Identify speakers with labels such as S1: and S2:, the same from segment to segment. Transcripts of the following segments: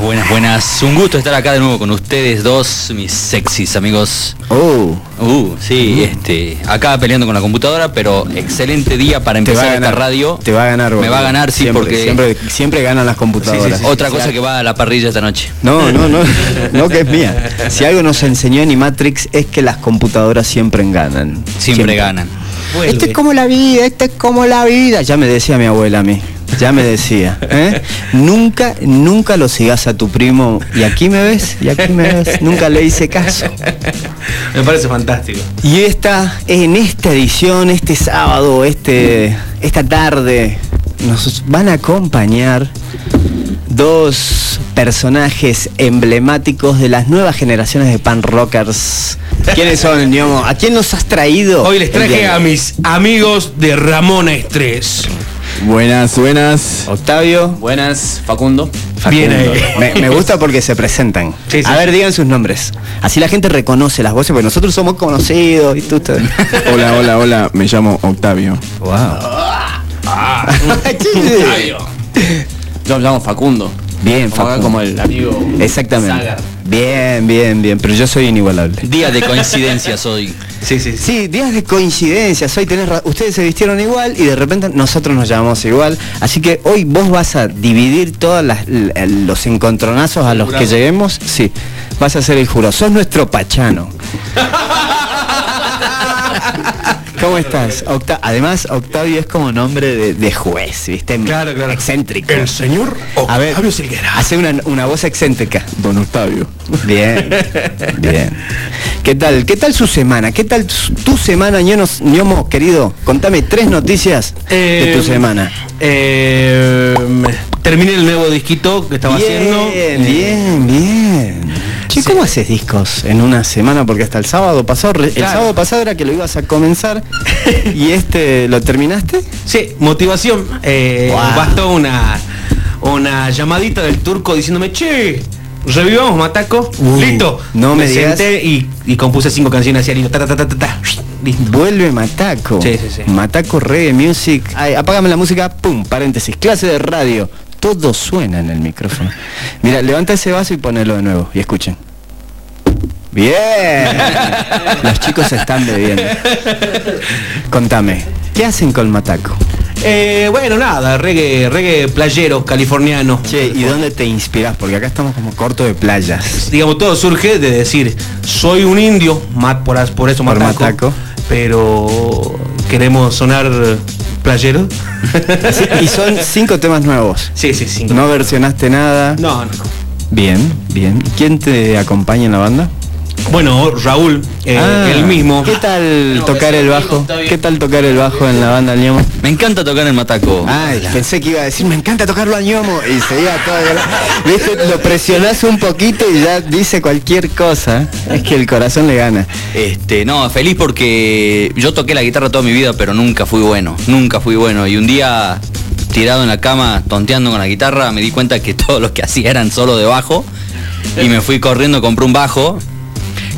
S1: buenas. Un gusto estar acá de nuevo con ustedes dos, mis sexys amigos.
S2: Oh.
S1: Uh, sí, este, acá peleando con la computadora, pero excelente día para empezar esta radio.
S2: Te va a ganar,
S1: Me
S2: boludo.
S1: va a ganar, sí,
S2: Siempre,
S1: porque
S2: Siempre, siempre ganan las computadoras.
S1: Sí, sí, sí. otra cosa que va a la parrilla esta noche.
S2: No, no, no, no que es mía. Si algo nos enseñó Animatrix es que las computadoras siempre ganan.
S1: Siempre, ganan.
S2: Esta es como la vida, esta es como la vida. Ya me decía mi abuela a mí. Ya me decía. ¿eh? Nunca, nunca lo sigas a tu primo. Y aquí me ves, y aquí me ves. Nunca le hice caso.
S3: Me parece fantástico.
S2: Y esta, en esta edición, este sábado, este, esta tarde, nos van a acompañar dos personajes emblemáticos de las nuevas generaciones de pan rockers. ¿Quiénes son, Ñomo? ¿A quién nos has traído?
S3: Hoy les
S2: el día
S3: traje
S2: de
S3: a mis amigos de Ramona Estrés.
S4: Buenas, buenas.
S2: Octavio.
S4: Buenas, Facundo.
S3: Bien
S2: Facundo.
S3: ahí.
S2: Me, me gusta porque se presentan.
S3: Sí, sí.
S2: A ver, digan sus nombres. Así la gente reconoce las voces, porque nosotros somos conocidos y tú te-
S4: Hola, hola, hola. Me llamo Octavio.
S5: Yo me llamo Facundo.
S2: Bien,
S5: Como, acá,
S2: Facundo.
S5: como el amigo.
S2: Exactamente.
S5: Saga.
S2: Bien, bien, bien, pero yo soy inigualable.
S1: Día de coincidencias hoy.
S3: Sí, sí, sí.
S2: Sí, días de coincidencias, hoy tenés ra- ustedes se vistieron igual y de repente nosotros nos llamamos igual, así que hoy vos vas a dividir todos eh, los encontronazos a los que lleguemos, sí, vas a ser el jurado, sos nuestro pachano. ¿Cómo estás? Octa- Además, Octavio es como nombre de, de juez, ¿viste?
S3: Claro, claro.
S2: Excéntrico.
S3: El señor
S2: A ver,
S3: Octavio Silguera.
S2: hace una, una voz excéntrica.
S4: Don Octavio.
S2: Bien, bien. ¿Qué tal? ¿Qué tal su semana? ¿Qué tal su- tu semana, Ñonos- Ñomo, querido? Contame tres noticias de tu
S3: Eh,
S2: semana.
S3: eh, terminé el nuevo disquito que estaba haciendo. Eh,
S2: Bien, bien, bien. Che, ¿cómo haces discos en una semana? Porque hasta el sábado pasado, re- el
S3: Claro.
S2: sábado pasado era que lo ibas a comenzar y este, ¿lo terminaste?
S3: Sí, motivación. Eh,
S2: Wow.
S3: Bastó una, una llamadita del turco diciéndome, che, revivamos Mataco.
S2: Uh,
S3: Listo.
S2: no me digas.
S3: senté y, y compuse cinco canciones así al hilo. Ta, ta, ta, ta, ta, ta. Listo.
S2: Vuelve Mataco.
S3: Sí, sí, sí.
S2: Mataco Reggae Music. Ay, apágame la música, pum, paréntesis, clase de radio. Todo suena en el micrófono. Mira, levanta ese vaso y ponelo de nuevo y escuchen. Bien. Los chicos están bebiendo. Contame, ¿qué hacen con Mataco?
S3: Eh, bueno, nada, reggae, reggae playero californiano.
S2: Che, ¿y dónde te inspirás? Porque acá estamos como corto de playas.
S3: Digamos, todo surge de decir, soy un indio, mat por, as- por eso
S2: Por
S3: mataco,
S2: Mataco.
S3: pero queremos sonar playero.
S2: Sí, y son cinco temas nuevos.
S3: sí, sí, sí.
S2: No versionaste nada.
S3: no. no.
S2: Bien, bien. ¿Quién te acompaña en la banda?
S3: Bueno, Raúl, eh,
S2: Ah,
S3: el mismo.
S2: ¿Qué tal tocar el bajo? ¿Qué tal tocar el bajo en la banda Ñomo?
S1: Me encanta tocar el mataco.
S2: Ay, pensé que iba a decir, me encanta tocarlo al Ñomo. Y se iba todo. de- Viste, lo presionás un poquito y ya dice cualquier cosa. Es que el corazón le gana.
S1: Este, no, feliz porque yo toqué la guitarra toda mi vida, pero nunca fui bueno. Nunca fui bueno. Y un día, tirado en la cama, tonteando con la guitarra, me di cuenta que todo lo que hacía eran solo de bajo. Y me fui corriendo, compré un bajo,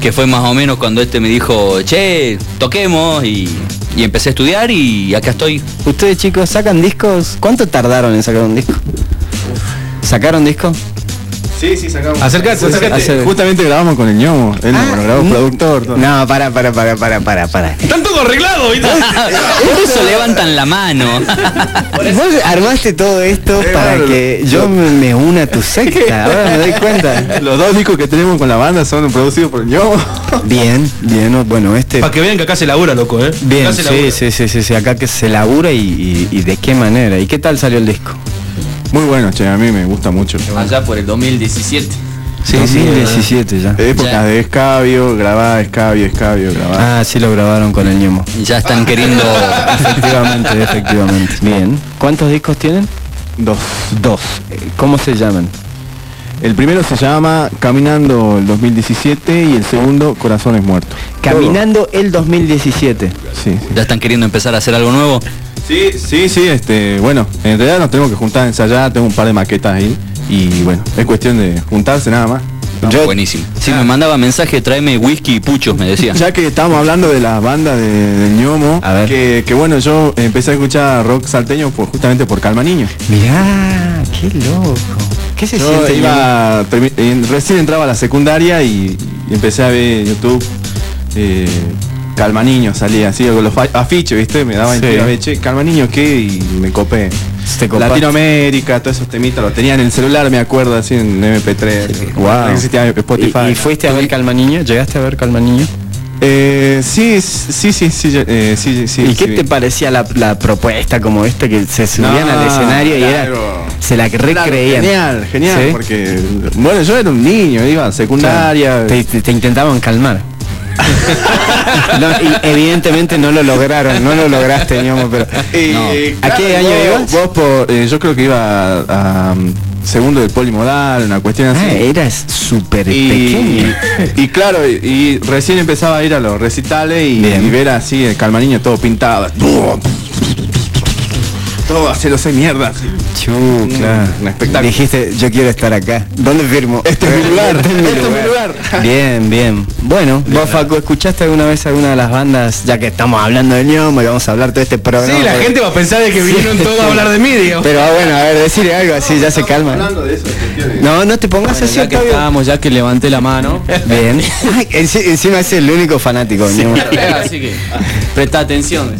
S1: que fue más o menos cuando este me dijo, che, toquemos. Y, y empecé a estudiar y acá estoy.
S2: Ustedes chicos, ¿sacan discos? ¿Cuánto tardaron en sacar un disco? ¿Sacaron disco?
S4: Sí, sí, sacamos.
S3: Acércate, acércate.
S2: Hace-
S4: Justamente grabamos con el ñomo. Él
S2: Ah,
S4: nos grabó
S2: mm.
S4: productor. todo.
S2: No, para, para, para, para, para, para.
S3: Están todo arreglado, ¿viste?
S2: Ah,
S1: Por eso levantan la mano.
S2: Vos armaste todo esto para
S4: bárbaro.
S2: que yo me me una a tu secta. Ahora Ah, me doy cuenta.
S4: Los dos discos que tenemos con la banda son producidos por el ñomo.
S2: Bien, bien, no, bueno, este...
S3: Para que vean que acá se labura, loco, ¿eh?
S2: Bien,
S3: Acá se
S2: sí,
S3: labura.
S2: sí, sí, sí, sí, acá que se labura y, y- y de qué manera. ¿Y qué tal salió el disco?
S4: Muy bueno, che, a mí me gusta mucho.
S5: Allá por el 2017.
S2: Sí, 2017 ya.
S4: Épocas de escabio, grabá, escabio, escabio, grabá.
S2: Ah, sí lo grabaron con el ñomo.
S1: Ya están queriendo.
S2: Efectivamente, efectivamente. Bien. ¿Cuántos discos tienen?
S4: Dos.
S2: Dos. Eh, ¿Cómo se llaman?
S4: El primero se llama Caminando el 2017 y el segundo Corazones Muertos.
S2: Caminando el 2017.
S4: Sí, sí.
S1: Ya están queriendo empezar a hacer algo nuevo.
S4: Sí, sí, sí, este, bueno, en realidad nos tenemos que juntar a ensayar, tengo un par de maquetas ahí y bueno, es cuestión de juntarse nada más.
S2: Yo-
S1: Buenísimo. Sí, me mandaba mensaje, tráeme whisky y puchos, me decía.
S4: Ya que estamos hablando de las bandas de, del ñomo,
S2: A ver.
S4: Que, que bueno, yo empecé a escuchar rock salteño por, justamente por Calma Niño.
S2: Mirá, qué loco. ¿Qué se
S4: Yo
S2: siente?
S4: iba, termi- en- recién entraba a la secundaria y, y empecé a ver YouTube. Eh, Calma Niño salía así con los fa- afiches, ¿viste? Me daba
S2: Sí.
S4: entera, ve, che, Calma Niño, ¿qué? Y me copé.
S2: Te copaste.
S4: Latinoamérica, todos esos temitas, los tenía en el celular, me acuerdo, así en MP3.
S2: Wow.
S4: No existía Spotify.
S2: ¿Y, y fuiste a ver Calma Niño? ¿Llegaste a ver Calma Niño?
S4: Eh, sí, sí, sí, sí, eh, sí, sí.
S2: ¿Y
S4: sí,
S2: qué
S4: vi.
S2: te parecía la, la propuesta como esta que se subían
S4: No,
S2: al escenario y era,
S4: claro.
S2: se la recreían?
S4: Genial, genial,
S2: Sí.
S4: porque bueno, yo era un niño, iba a secundaria.
S2: Te, te- te intentaban calmar. No, y evidentemente no lo lograron, no lo lograste, digamos, pero...
S4: Eh,
S1: No.
S4: eh,
S2: ¿A qué año ibas?
S4: vos, vos por, eh, yo creo que iba a, a, um, segundo del polimodal, una cuestión así.
S2: Ah, eras súper
S4: y,
S2: pequeño.
S4: y claro, y, y recién empezaba a ir a los recitales y,
S2: Bien.
S4: y ver así el calmaniño todo pintado. Todo hacerlo seis mierdas.
S2: Chu, claro.
S4: un espectáculo.
S2: Dijiste, yo quiero estar acá. ¿Dónde firmo? Este es mi lugar.
S4: este es mi lugar.
S2: Bien, bien. Bueno, vos Facu, ¿escuchaste alguna vez alguna de las bandas? Ya que estamos hablando del ñomo y vamos a hablar todo este programa.
S3: Sí, la
S2: pero-
S3: gente va a pensar de que vinieron todos a hablar de mí, digo.
S2: Pero ah, bueno, a ver, decirle algo así, ya se calma.
S4: Hablando de eso, cuestiones.
S2: No, no te pongas
S5: Bueno,
S2: así,
S5: ya que
S2: Octavio.
S5: estábamos, ya que levanté la mano.
S2: Bien. Ay, enci- encima es el único fanático. ñomo.
S5: Así que presta atención.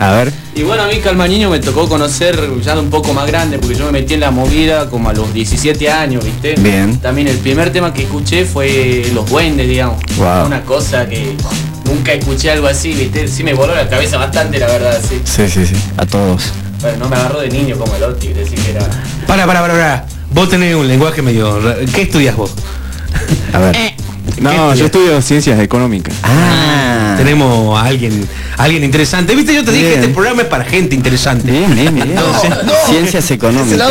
S2: A ver.
S5: Y bueno, a mí Calmaniño me tocó conocer ya un poco más grande, porque yo me metí en la movida como a los 17 años, ¿viste?
S2: Bien.
S5: También el primer tema que escuché fue Los Duendes, digamos.
S2: Wow.
S5: Una cosa que nunca escuché algo así, ¿viste? Sí me voló la cabeza bastante, la verdad, sí.
S2: Sí, sí, sí. A todos.
S5: Bueno, no me agarró de niño como el Oti, decir que era...
S3: Para, para, para, para. Vos tenés un lenguaje medio. ra- ¿Qué estudias vos?
S2: A ver.
S3: Eh.
S4: No, yo estudio ciencias económicas.
S2: Ah.
S3: Tenemos a alguien, a alguien interesante. Viste, yo te dije
S2: Bien.
S3: este programa es para gente interesante.
S2: Bien, bien, bien. Ciencias económicas.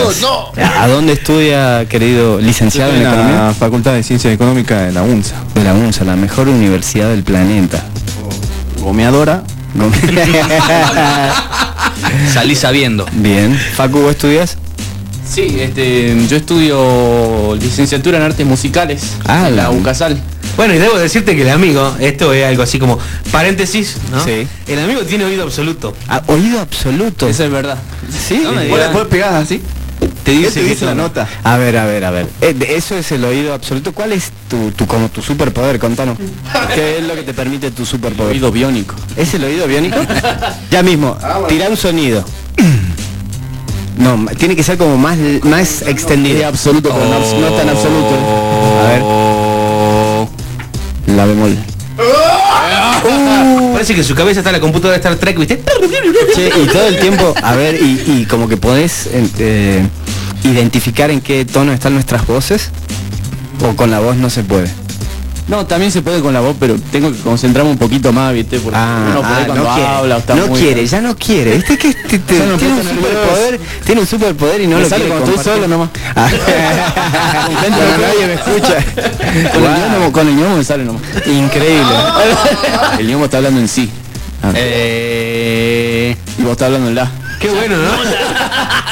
S2: ¿A dónde estudia, querido licenciado en
S4: en
S2: economía?
S4: la Facultad de Ciencias Económicas de la UNSA.
S2: De la UNSA, la mejor universidad del planeta.
S4: Gomeadora.
S1: Salí sabiendo.
S2: bien. Facu, ¿vos estudias?
S5: Sí, este, yo estudio licenciatura en artes musicales.
S2: Ah,
S5: en la
S2: la-
S5: UCASAL.
S3: Bueno, y debo decirte que el amigo, esto es algo así como paréntesis, ¿no?
S2: Sí.
S3: El amigo tiene oído absoluto.
S2: Ah, oído absoluto.
S5: Eso es verdad.
S2: ¿Sí?
S5: No me
S4: ¿Vos,
S5: digas.
S4: vos pegás así?
S3: Te
S4: Él
S3: dice,
S4: te
S3: que
S4: dice la
S3: son-
S4: nota.
S2: A ver, a ver, a ver. Eh, de- Eso es el oído absoluto. ¿Cuál es tu, tu como tu superpoder? Contanos. ¿Qué es lo que te permite tu superpoder?
S5: Oído biónico.
S2: ¿Es el oído biónico? ya mismo, tira un sonido. No, ma- tiene que ser como más, más extendido. absoluto, pero no, tan absoluto. ¿eh? A ver. La bemol.
S3: Parece que en su cabeza está la computadora de Star Trek, ¿viste?
S2: Che, y todo el tiempo, a ver, y, y como que podés en- eh, identificar en qué tono están nuestras voces. O con la voz no se puede.
S5: No, también se puede con la voz, pero tengo que concentrarme un poquito más, ¿viste? Porque uno por ahí cuando
S2: Ah, no quiere,
S5: habla o está
S2: no
S5: muy-
S2: quiere, ya no quiere. Este que este, te-
S5: Ya no
S2: tiene un
S5: empieza nervioso.
S2: superpoder, tiene un superpoder y no
S5: Me
S2: lo
S5: sale
S2: quiere
S5: cuando estoy
S2: compartir.
S5: solo nomás.
S2: Ah. Cuando nadie me escucha.
S5: Con, el
S2: Guau.
S5: ñomo, con el ñomo me sale nomás.
S2: Increíble.
S5: El ñomo está hablando en sí.
S1: Eh,
S5: Y vos estás hablando en la.
S3: Qué bueno, ¿no?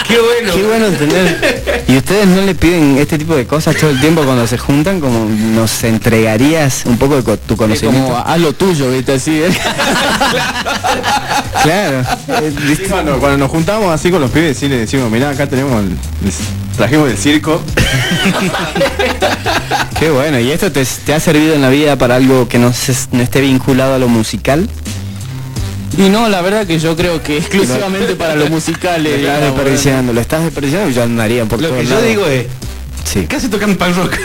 S3: Qué bueno.
S2: Qué bueno entender. ¿Y ustedes no le piden este tipo de cosas todo el tiempo cuando se juntan? Como nos entregarías un poco de co- tu
S5: Es como
S2: conocimiento.
S5: haz lo tuyo, ¿viste? Así ¿eh?
S2: Claro. Eh,
S4: Sí, cuando, cuando nos juntamos así con los pibes sí le decimos, mirá, acá tenemos el, el- trajimos del circo.
S2: Qué bueno. ¿Y esto te, te ha servido en la vida para algo que no, se- no esté vinculado a lo musical?
S5: Y no, la verdad que yo creo que exclusivamente para los musicales.
S2: Lo estás
S5: digamos, eh.
S2: desperdiciando, lo estás desperdiciando y yo andaría por
S3: Lo
S2: todos
S3: que yo
S2: lados.
S3: digo es,
S2: Sí.
S3: casi tocan punk rock.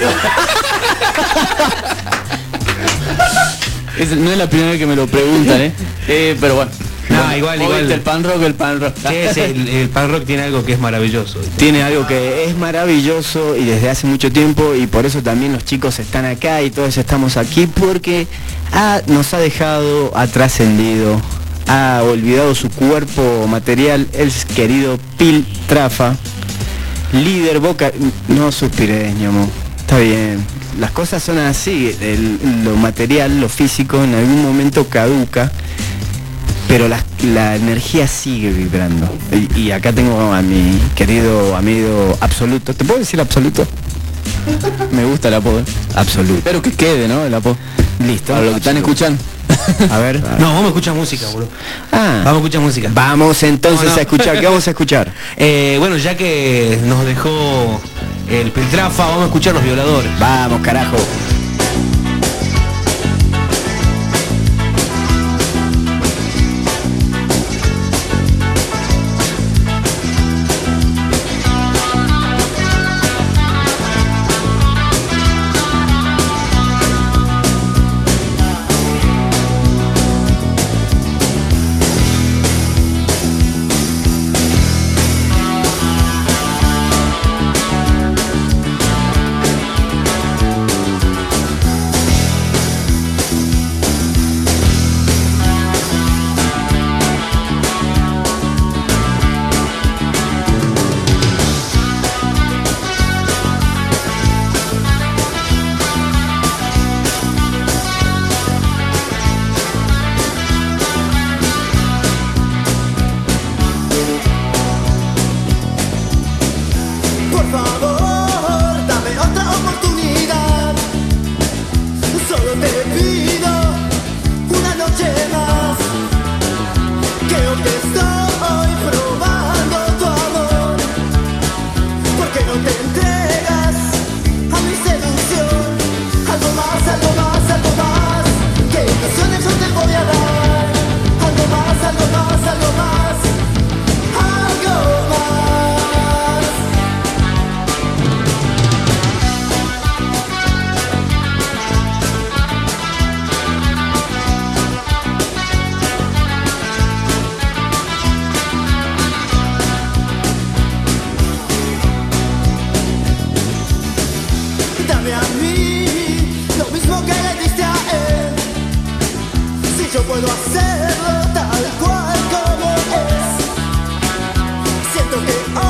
S5: es- no es la primera vez que me lo preguntan, ¿eh? Eh, pero bueno.
S3: No,
S5: Vos-
S3: igual,
S5: vos
S3: igual.
S5: viste El pan rock, el pan rock.
S3: Sí, sí, el, el punk rock tiene algo que es maravilloso. ¿viste?
S2: Tiene algo que es maravilloso y desde hace mucho tiempo y por eso también los chicos están acá y todos estamos aquí porque ha- nos ha dejado, ha trascendido, ha olvidado su cuerpo material, el querido Pil Trafa, líder boca... No suspiré, ñamo, está bien. Las cosas son así, el- lo material, lo físico en algún momento caduca. Pero la, la energía sigue vibrando. Y, y acá tengo a mi querido amigo absoluto. ¿Te puedo decir absoluto?
S5: Me gusta el apodo.
S2: Absoluto.
S5: Espero que quede, ¿no? El apodo.
S2: Listo.
S5: Para los que están escuchando.
S2: A ver.
S3: No, vamos a escuchar música, bro.
S2: Ah,
S3: Vamos a escuchar música.
S2: vamos entonces
S3: No, no.
S2: a escuchar. ¿Qué vamos a escuchar?
S3: Eh, bueno, ya que nos dejó el Peltrafa, vamos a escuchar los violadores.
S2: Vamos, carajo.
S6: Por favor, dame otra oportunidad. Solo te pido una noche más. Creo que estoy probando tu amor. Porque no te entregas a mi seducción. Algo más, algo más, algo más. Que ilusiones no te voy a dar. Algo más, algo más, algo más. Algo más. Dame a mí lo mismo que le diste a él. Si yo puedo hacerlo tal cual como es. Siento que hoy.